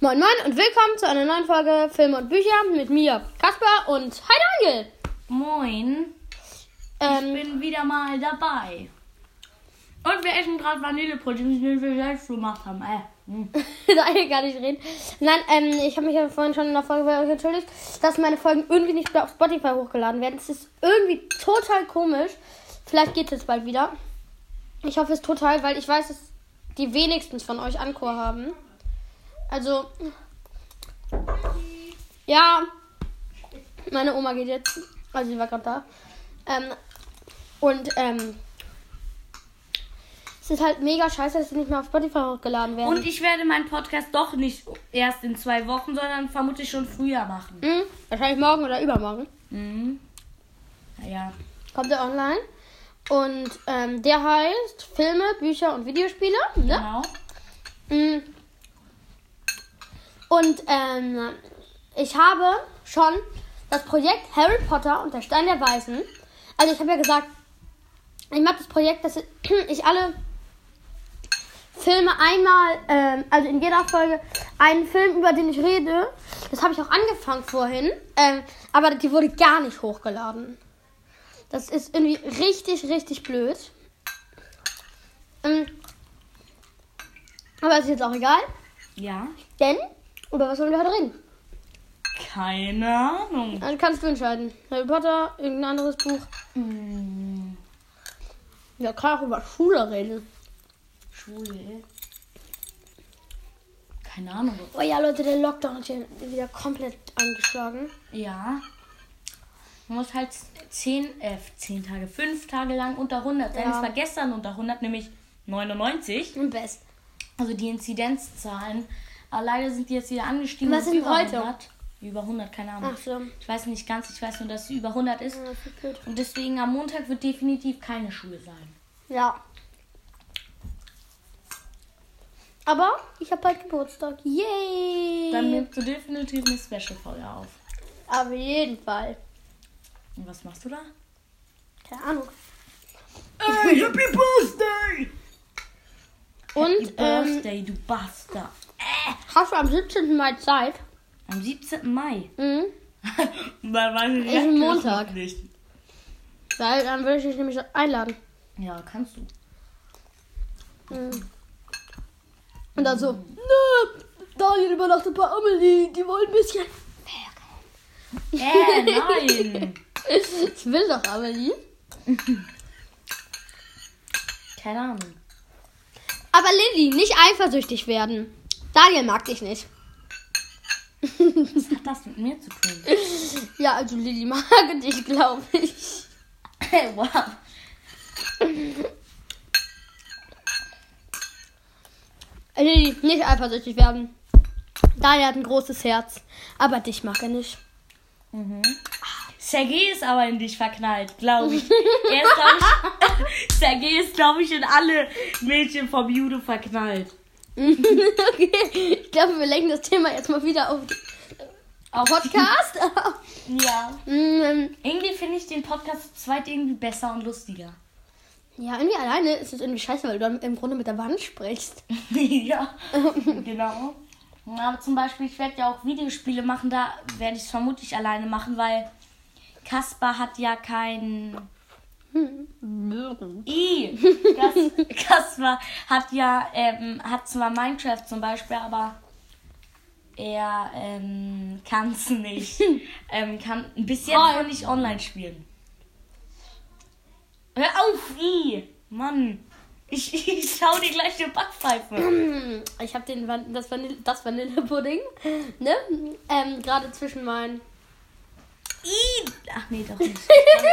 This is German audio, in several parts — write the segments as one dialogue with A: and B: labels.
A: Moin Moin und willkommen zu einer neuen Folge Filme und Bücher mit mir, Kasper und Hi Daniel.
B: Moin,
A: Ähm,
B: ich bin wieder mal dabei. Und wir essen gerade Vanillepudding, den wir selbst gemacht haben. Äh, hm.
A: Daniel kann nicht reden. Nein, ähm, ich habe mich ja vorhin schon in der Folge bei euch entschuldigt, dass meine Folgen irgendwie nicht mehr auf Spotify hochgeladen werden. Es ist irgendwie total komisch. Vielleicht geht es jetzt bald wieder. Ich hoffe es total, weil ich weiß, dass die wenigsten von euch Anchor haben. Also, ja, meine Oma geht jetzt. Also, sie war gerade da. Ähm, und, ähm, es ist halt mega scheiße, dass sie nicht mehr auf Spotify hochgeladen werden.
B: Und ich werde meinen Podcast doch nicht erst in zwei Wochen, sondern vermutlich schon früher machen.
A: Mhm, wahrscheinlich morgen oder übermorgen
B: Mhm. Naja.
A: kommt er online. Und ähm, der heißt Filme, Bücher und Videospiele. Ne?
B: Genau.
A: Mhm. Und ähm, ich habe schon das Projekt Harry Potter und der Stein der Weisen. Also ich habe ja gesagt, ich mache das Projekt, dass ich alle Filme einmal, ähm, also in jeder Folge einen Film, über den ich rede. Das habe ich auch angefangen vorhin, ähm, aber die wurde gar nicht hochgeladen. Das ist irgendwie richtig, richtig blöd. Ähm, aber ist jetzt auch egal,
B: Ja.
A: denn über was wollen wir heute reden?
B: Keine Ahnung.
A: Dann kannst du entscheiden. Harry Potter, irgendein anderes Buch.
B: Mhm.
A: Ja, kann auch über Schule reden.
B: Schule. Keine Ahnung.
A: Oh ja, Leute, der Lockdown hat hier wieder komplett angeschlagen.
B: Ja. Man muss halt 10, äh, 10 Tage, 5 Tage lang unter 100 sein.
A: Ja.
B: Es war gestern unter 100, nämlich 99.
A: Am besten.
B: Also die Inzidenzzahlen. Aber leider sind die jetzt wieder angestiegen.
A: Was
B: auf
A: sind
B: über
A: heute?
B: 100. Über 100, keine Ahnung.
A: Ach so.
B: Ich weiß nicht ganz, ich weiß nur, dass es über 100 ist.
A: Ja, das ist blöd.
B: Und deswegen am Montag wird definitiv keine Schule sein.
A: Ja. Aber ich habe bald Geburtstag. Yay!
B: Dann nimmst du definitiv eine Special-Folge auf.
A: Auf jeden Fall.
B: Und was machst du da?
A: Keine Ahnung.
B: Hey, Happy Birthday!
A: Und ähm,
B: Birthday, du Bastard.
A: hast du am 17. Mai Zeit?
B: Am 17. Mai.
A: Mhm.
B: Weil meine
A: Ist ein
B: Reaktion
A: Montag.
B: kommt Nicht.
A: Weil dann würde ich dich nämlich einladen.
B: Ja, kannst du.
A: Und dann so, ne, Daniel übernachtet bei Amelie, die wollen ein bisschen.
B: Äh, nein.
A: Ich will doch Amelie.
B: Keine Ahnung.
A: Aber Lilly, nicht eifersüchtig werden. Daniel mag dich nicht.
B: Was hat das mit mir zu tun?
A: Ja, also Lilly mag dich, glaube ich.
B: Hey, Äh, wow.
A: Lilly, nicht eifersüchtig werden. Daniel hat ein großes Herz, aber dich mag er nicht.
B: Mhm. Sergei ist aber in dich verknallt, glaube ich. Er ist, glaube ich, Sergei ist, glaube ich, in alle Mädchen vom Judo verknallt.
A: okay, ich glaube, wir lenken das Thema jetzt mal wieder auf den
B: Auch
A: Podcast.
B: Ja.
A: Mm,
B: Irgendwie finde ich den Podcast zu zweit irgendwie besser und lustiger.
A: ja, irgendwie alleine ist es irgendwie scheiße, weil du dann im Grunde mit der Wand sprichst.
B: ja, genau. Aber zum Beispiel, ich werde ja auch Videospiele machen, da werde ich es vermutlich alleine machen, weil Kaspar hat ja kein I. Kas Kaspar hat ja, ähm, hat zwar Minecraft zum Beispiel, aber er ähm, kann es nicht. ähm, kann bis jetzt noch nicht online spielen. Hör auf, I! Mann! Ich, ich schau dir gleich eine Backpfeife.
A: Hm, Ich habe den Van das, Vanille das Vanillepudding, ne? Ähm, gerade zwischen meinen
B: I. Ach nee, doch nicht.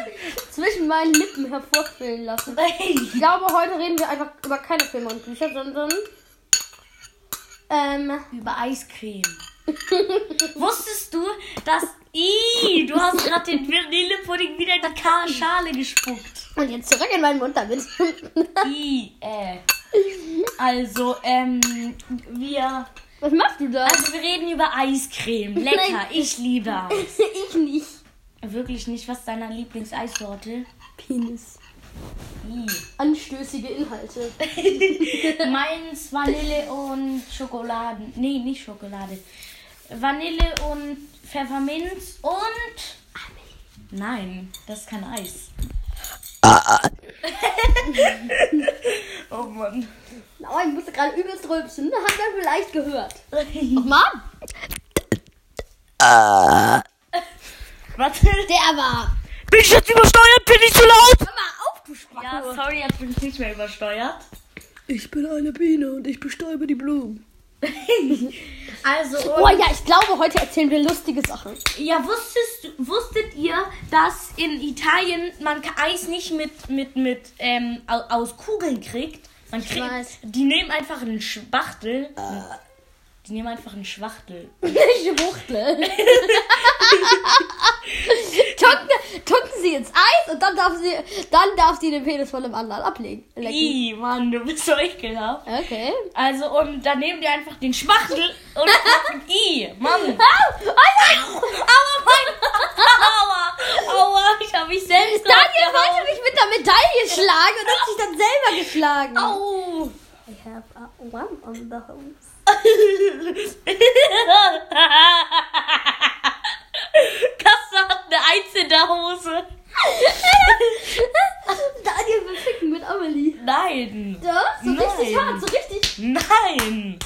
A: zwischen meinen Lippen hervorquillen lassen. Ich glaube, heute reden wir einfach über keine Filme und Bücher, sondern ähm,
B: Über Eiscreme. Wusstest du, dass. I. Du hast gerade den Vanillepudding wieder in die Ka- Schale gespuckt.
A: und jetzt zurück in meinen Mund damit.
B: I. Äh. Also, ähm. Wir.
A: Was machst du da?
B: Also, wir reden über Eiscreme. Lecker.
A: Nein.
B: Ich liebe. Eis.
C: Also,
A: ich nicht.
B: Wirklich nicht. Was ist deine Lieblingseissorte?
A: Penis. Anstößige Inhalte.
B: Meins Vanille und Schokolade. Nee, nicht Schokolade. Vanille und Pfefferminz und. Nein, das ist kein Eis. oh Mann.
A: Aber Genau, ich musste gerade übelst rülpsen. Das hat er vielleicht gehört. Nochmal?
B: Warte.
A: Der war.
C: Bin ich jetzt übersteuert? Bin ich zu laut?
A: Hör mal auf, du Spaß.
B: Ja, sorry, jetzt bin ich nicht mehr übersteuert.
C: Ich bin eine Biene und ich bestäube die Blumen.
B: Also,
A: Oh
B: und,
A: ja, ich glaube, heute erzählen wir lustige Sachen.
B: ja, wusstest, du- wusstet ihr, dass in Italien man Eis nicht mit, mit, mit, ähm, au- aus Kugeln kriegt? Man kriegt,
A: weiß.
B: die nehmen einfach einen Schwachtel. Die nehmen einfach einen Schwachtel.
A: Ich wuchtle. tunken, tunken sie ins Eis und dann darf sie, dann darf sie den Penis von dem anderen ablegen. Lecken.
B: Ih, Mann, du bist so ekelhaft.
A: Okay.
B: Also, und dann nehmen die einfach den Schwachtel und machen I. Mann.
A: Au! Oh nein!
B: Aua, Mann. Aua. Aua, ich habe mich selbst
A: Daniel wollte mich mit einer Medaille schlagen und hat sich dann selber geschlagen. Oh.
B: Au.
A: I have a one on the hose.
B: Kasse hat eine Eins in der Hose.
A: Daniel will ficken mit Amelie.
B: Nein.
A: Ja, so richtig
B: Nein.
A: hart, so richtig.
B: Nein.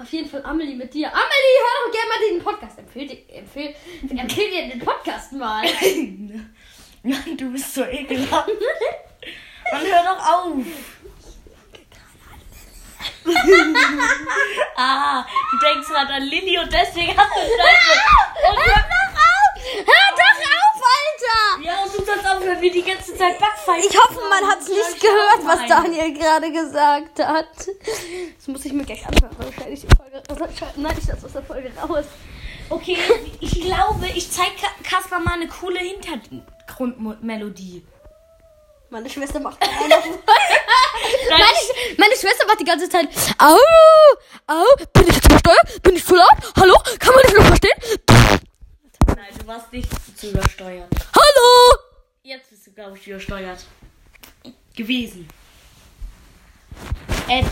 A: Auf jeden Fall Amelie mit dir. Amelie, hör doch gerne mal den Podcast. Empfehl, dir- empfehl, empfehl dir den Podcast mal.
B: Mann, du bist so ekelhaft. Mann, hör doch auf. ah, du denkst gerade an Lilly und deswegen hast du Scheiße.
A: Hör doch auf! Hör doch auf, Alter!
B: Ja, und du sollst aufhören, wie die ganze Zeit Backpfeifen.
A: Ich hoffe, man hat es
B: Ja,
A: nicht
B: ich
A: gehört,
B: auch
A: was
B: meine.
A: Daniel gerade gesagt hat. Das muss ich mir gleich anhören. Dann schneide ich die Folge. Dann schneide- Nein, ich lasse aus der Folge raus.
B: Okay, ich glaube, ich zeig Ka- Kaspar mal eine coole Hintergrundmelodie.
A: Meine Schwester macht mir eine
B: Nein,
A: meine, Sch- meine Schwester macht die ganze Zeit. Au! Au! Bin ich jetzt übersteuert? Bin ich zu laut? Hallo? Kann man dich noch verstehen?
B: Nein, du warst nicht zu übersteuert.
A: Hallo!
B: Jetzt bist du, glaube ich, übersteuert. Gewesen. Ed.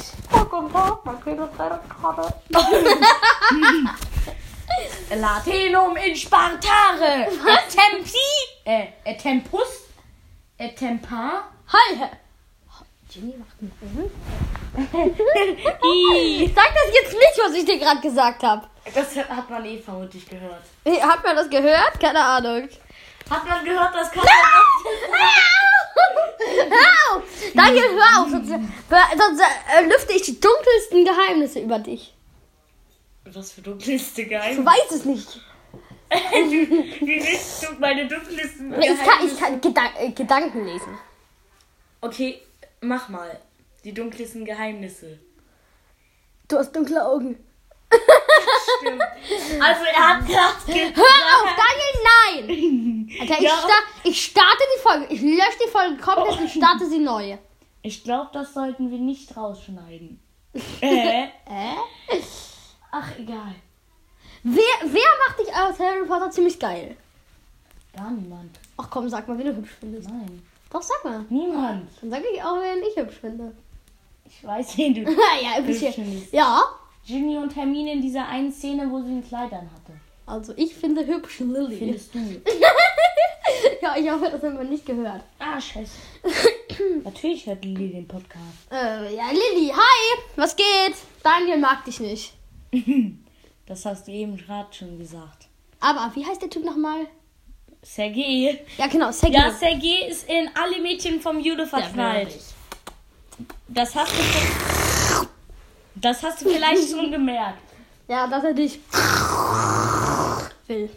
B: Latinum in Spartare. Et Tempi. Äh, et Tempus. Et Tempa.
A: Hi! Jenny macht einen Ohren.
B: I.
A: Sag das jetzt nicht, was ich dir gerade gesagt habe.
B: Das hat man eh vermutlich gehört.
A: Hat man das gehört? Keine Ahnung.
B: Hat man gehört, dass Kaspar...
A: Hör auf! Daniel, hör auf! Sonst, sonst äh, lüfte ich die dunkelsten Geheimnisse über dich.
B: Was für dunkelste Geheimnisse.
A: Du weißt es nicht.
B: Wie willst du meine dunkelsten
A: Ich kann,
B: Geheimnisse?
A: ich kann Gedan äh, Gedanken lesen.
B: Okay, mach mal. Die dunkelsten Geheimnisse.
A: Du hast dunkle Augen.
B: Stimmt. Also er hat gerade gesagt.
A: Hör auf, Daniel, nein! Alter, ich,
B: Ja.
A: sta ich starte die Folge. Ich lösche die Folge komplett und starte sie neu.
B: Ich glaube, das sollten wir nicht rausschneiden. äh?
A: Äh?
B: Ach, egal.
A: Wer, wer macht dich aus Harry Potter ziemlich geil?
B: Gar niemand.
A: Ach komm, sag mal, wen du hübsch findest.
B: Nein.
A: Doch, sag mal.
B: Niemand.
A: Dann sag ich auch, wen ich hübsch finde.
B: Ich weiß wen du.
A: ja, ein
B: Hübsch
A: bisschen.
B: findest.
A: Ja,
B: Ginny und Hermine in dieser einen Szene, wo sie den Kleidern hatte.
A: also ich finde hübsch Lily.
B: Findest du?
A: ja, ich hoffe, das hat man nicht gehört.
B: Ah, scheiße. Natürlich hört Lili den Podcast.
A: Äh, ja, Lilly, hi, was geht? Daniel mag dich nicht.
B: Das hast du eben gerade schon gesagt.
A: Aber wie heißt der Typ nochmal?
B: Sergei.
A: Ja, genau, Segel.
B: Ja, Sergei ist in alle Mädchen vom Judo verknallt. Das hast du. schon- Das hast du vielleicht schon gemerkt.
A: Ja, dass er dich will.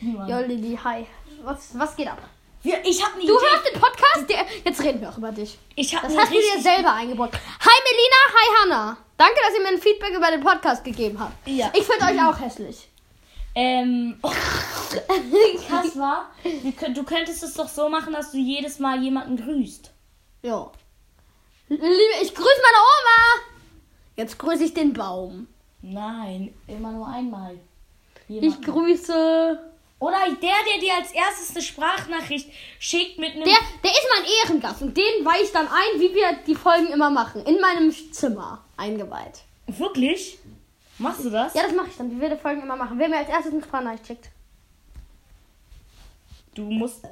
B: Niemand.
A: Jo, Lilly, hi. Was, was geht ab?
B: Wir- Ich habe eine
A: Du
B: Idee.
A: hörst den Podcast? Der, jetzt reden wir auch über dich.
B: Ich habe
A: Das
B: eine
A: hast du
B: richtig.
A: dir selber eingebaut. Hi Melina, hi Hanna. Danke, dass ihr mir ein Feedback über den Podcast gegeben habt.
B: Ja.
A: Ich finde euch auch hässlich.
B: Ähm, oh, das war. wir kö- Du könntest es doch so machen, dass du jedes Mal jemanden grüßt.
A: ja. Liebe, ich grüße meine Oma. Jetzt grüße ich den Baum.
B: Nein, immer nur einmal.
A: Ich
B: Jemanden.
A: grüße
B: Oder der, der dir als erstes eine Sprachnachricht schickt mit einem.
A: Der, der ist mein Ehrengast und den weihe ich dann ein, wie wir die Folgen immer machen. In meinem Zimmer eingeweiht.
B: Wirklich? Machst du das?
A: Ja, das mache ich dann, wie wir die Folgen immer machen. Wer mir als erstes eine Sprachnachricht schickt.
B: Du musst.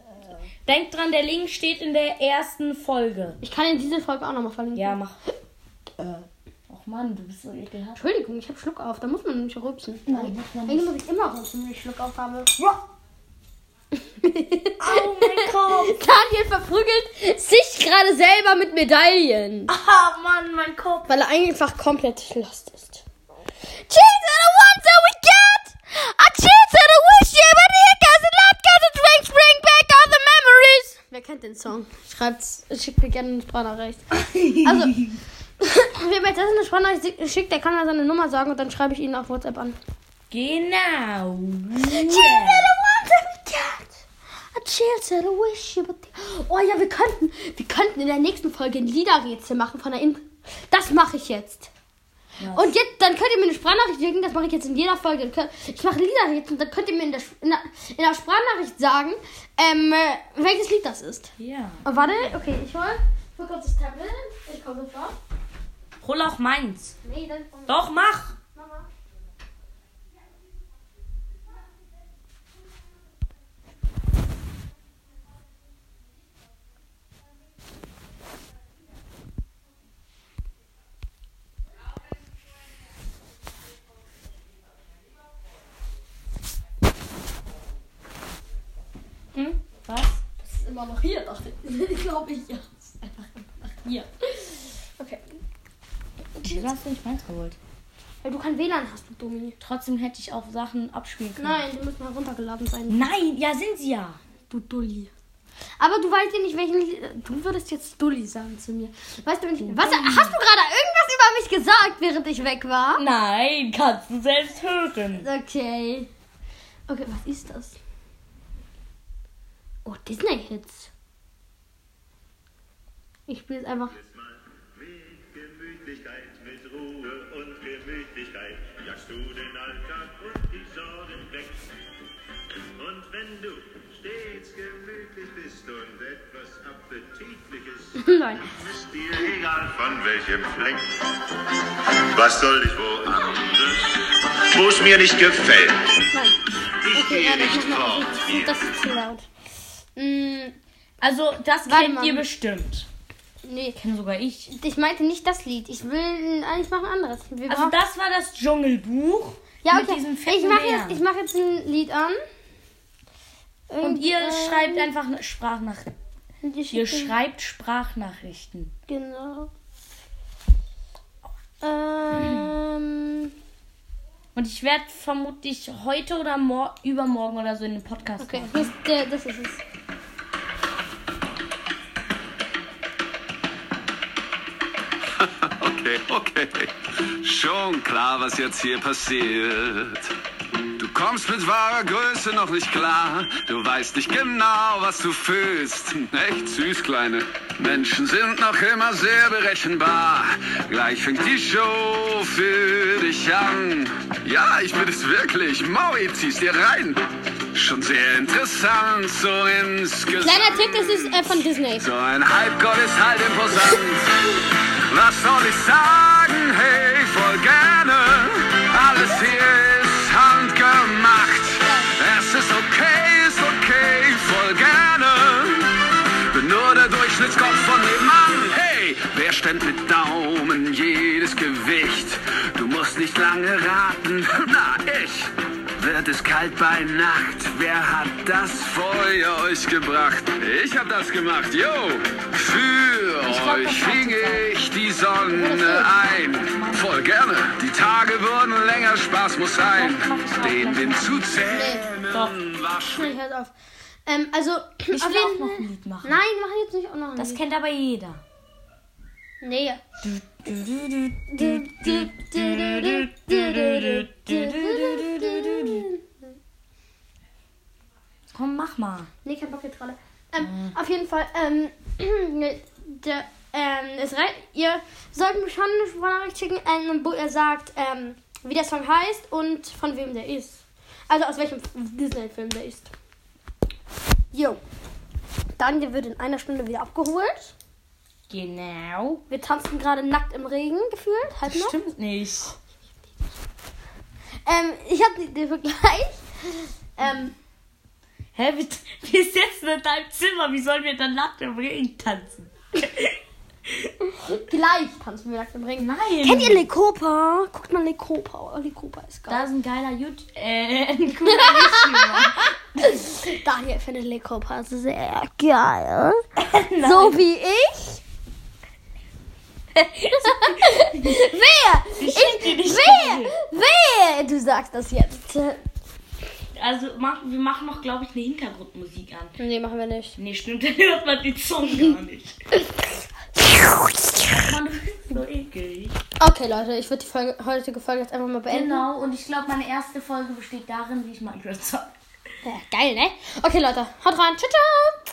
B: Denk dran, der Link steht in der ersten Folge.
A: Ich kann in diese Folge auch nochmal verlinken.
B: Ja, mach. Äh. Och Mann, du bist so ekelhaft.
A: Entschuldigung, ich habe Schluck auf. Da muss man nicht rülpsen.
B: Nein, mach mal nicht.
A: Eigentlich muss ich immer rülpsen, wenn ich Schluck auf habe.
B: Oh mein Kopf.
A: Daniel verprügelt sich gerade selber mit Medaillen.
B: Ah, Mann, mein Kopf.
A: Weil er einfach komplett lost ist. Cheese are the ones that we get! Our cheese are the wish you ever hear, cause it love, cause it brings, bring back all the memories! Wer kennt den Song? Schreibt's, schickt mir gerne eine Sprachnachricht. Also, wer mir jetzt erst eine Sprachnachricht schickt, der kann mir seine Nummer sagen und dann schreibe ich ihn auf WhatsApp an.
B: Genau.
A: Cheese are the ones that we get! Our cheese are the wish you ever Oh ja, wir könnten, wir könnten in der nächsten Folge ein Liederrätsel machen von der In... Das mache ich jetzt.
B: Was?
A: Und jetzt, dann könnt ihr mir eine Sprachnachricht schicken, das mache ich jetzt in jeder Folge. Dann könnt- Ich mache Lieder jetzt und dann könnt ihr mir in der, Sp- in der, in der Sprachnachricht sagen, ähm, äh, welches Lied das ist.
B: Ja.
A: Oh, warte, okay, ich hol, ich hol kurz das Tablet. Ich komme sofort.
B: Hol auch meins.
A: Nee, dann
B: Doch, mach.
A: Mama.
B: Hm? Was?
A: Das ist immer noch hier, dachte ich. Ich glaube, ich ja. Das ist einfach immer noch hier. Okay.
B: Du hast nicht meins geholt.
A: Weil du kein WLAN hast, du Dummi.
B: Trotzdem hätte ich auch Sachen abspielen können.
A: Nein, die müssen heruntergeladen sein,
B: Nein, ja, sind sie ja.
A: du Dulli. Aber du weißt ja nicht, welchen. Lied- Du würdest jetzt Dulli sagen zu mir. Weißt du, wenn ich. Was, hast du gerade irgendwas über mich gesagt, während ich weg war?
B: Nein, kannst du selbst hören.
A: Okay. Okay, was ist das? Oh, Disney-Hits. Ich spiele es einfach.
D: Mit Gemütlichkeit, mit Ruhe und Gemütlichkeit jagst du den Alltag und die Sorgen weg. Und wenn du stets gemütlich bist und etwas Appetitliches,
A: Nein.
D: ist dir egal von welchem Fleck. Was soll ich woanders, wo es mir nicht gefällt?
A: Nein.
D: Ich
A: Okay,
D: gehe
A: ja, das
D: nicht
A: machen wir.
D: fort.
A: Das
D: hier.
A: ist- Das ist zu laut. Mm,
B: Also, das
A: Warte
B: kennt
A: mal.
B: ihr bestimmt.
A: nee.
B: Kenn sogar ich.
A: Ich meinte nicht das Lied. Ich will eigentlich machen ein anderes. Wir
B: Also,
A: brauchen-
B: das war das Dschungelbuch.
A: Ja,
B: Mit
A: okay.
B: diesem
A: ich
B: fetten
A: mache
B: Bären.
A: jetzt, ich mach jetzt ein Lied an.
B: Und ihr
A: ähm,
B: schreibt einfach eine Sprachnachricht.
A: und
B: Ihr
A: schickt-
B: schreibt Sprachnachrichten.
A: Genau. Ähm,
B: Und ich werde vermutlich heute oder mor übermorgen oder so in den Podcast
A: okay,
B: machen.
A: hier ist der, das ist es.
E: Okay, okay. Schon klar, was jetzt hier passiert. Du kommst mit wahrer Größe noch nicht klar. Du weißt nicht genau, was du fühlst. Echt süß, Kleine. Menschen sind noch immer sehr berechenbar. Gleich fängt die Show für dich an. Ja, ich bin es wirklich. Maui, zieh's dir rein. Schon sehr interessant, so insgesamt.
A: Kleiner Tipp, das ist äh, von Disney.
E: So ein Halbgott ist halt imposant. Was soll ich sagen? Hey, voll gerne. Alles hier ist handgemacht. Es ist okay, ist okay, voll gerne. Bin nur der Durchschnittskopf von nebenan. Hey, wer stemmt mit Daumen jedes Gewicht? Du musst nicht lange raten. Na, ich. Wird es kalt bei Nacht? Wer hat das Feuer euch gebracht? Ich hab das gemacht, yo! Für
B: glaub, das
E: euch
B: war
E: fing
B: super.
E: ich die Sonne ein. Voll gerne. Die Tage wurden länger, Spaß muss sein. Den Wind zu zählen war schwer.
A: Ich hör's auf. Ähm, also, ich
B: will auch noch ein Lied machen.
A: Nein, wir machen jetzt nicht auch noch ein
B: Das
A: Lied.
B: kennt aber jeder.
A: Nee.
B: Komm, mach mal.
A: Nee, kein Bock jetzt gerade. Ähm, Auf jeden Fall, ähm, ne, der, ähm, es rei ihr sollt mir schon eine Sprachnachricht schicken, ähm, wo ihr sagt, ähm, wie der Song heißt und von wem der ist. Also aus welchem Disney-Film der ist. Jo. Daniel wird in einer Stunde wieder abgeholt.
B: Genau.
A: Wir tanzen gerade nackt im Regen gefühlt. Halt
B: Das
A: noch.
B: stimmt nicht.
A: Ähm, ich habe den Vergleich. Ähm,
B: Hä, wir, wir sitzen in deinem Zimmer. Wie sollen wir dann nackt im Regen tanzen?
A: gleich tanzen wir nackt im Regen. ne? Mhm.
B: Nein.
A: Kennt ihr Lekopa? Guckt mal Lekopa. Oh, Lekopa ist geil.
B: Da ist ein geiler Jut. Äh, ein cooler YouTuber.
A: Daniel findet Lekopa sehr geil. so wie ich. wehe!
B: Ich schick dir nicht
A: Wehe! Wehe! Du sagst das jetzt.
B: Also, mach, wir machen noch, glaube ich, eine Hintergrundmusik an.
A: Nee, machen wir nicht.
B: Nee, stimmt, dann hört man die Zunge gar nicht. Mann, du bist so eklig.
A: Okay, Leute, ich würde die Folge, heutige Folge jetzt einfach mal beenden.
B: Genau, und ich glaube, meine erste Folge besteht darin, wie ich Minecraft sage.
A: Mhm. Äh, geil, ne? Okay, Leute, haut rein. Ciao, ciao!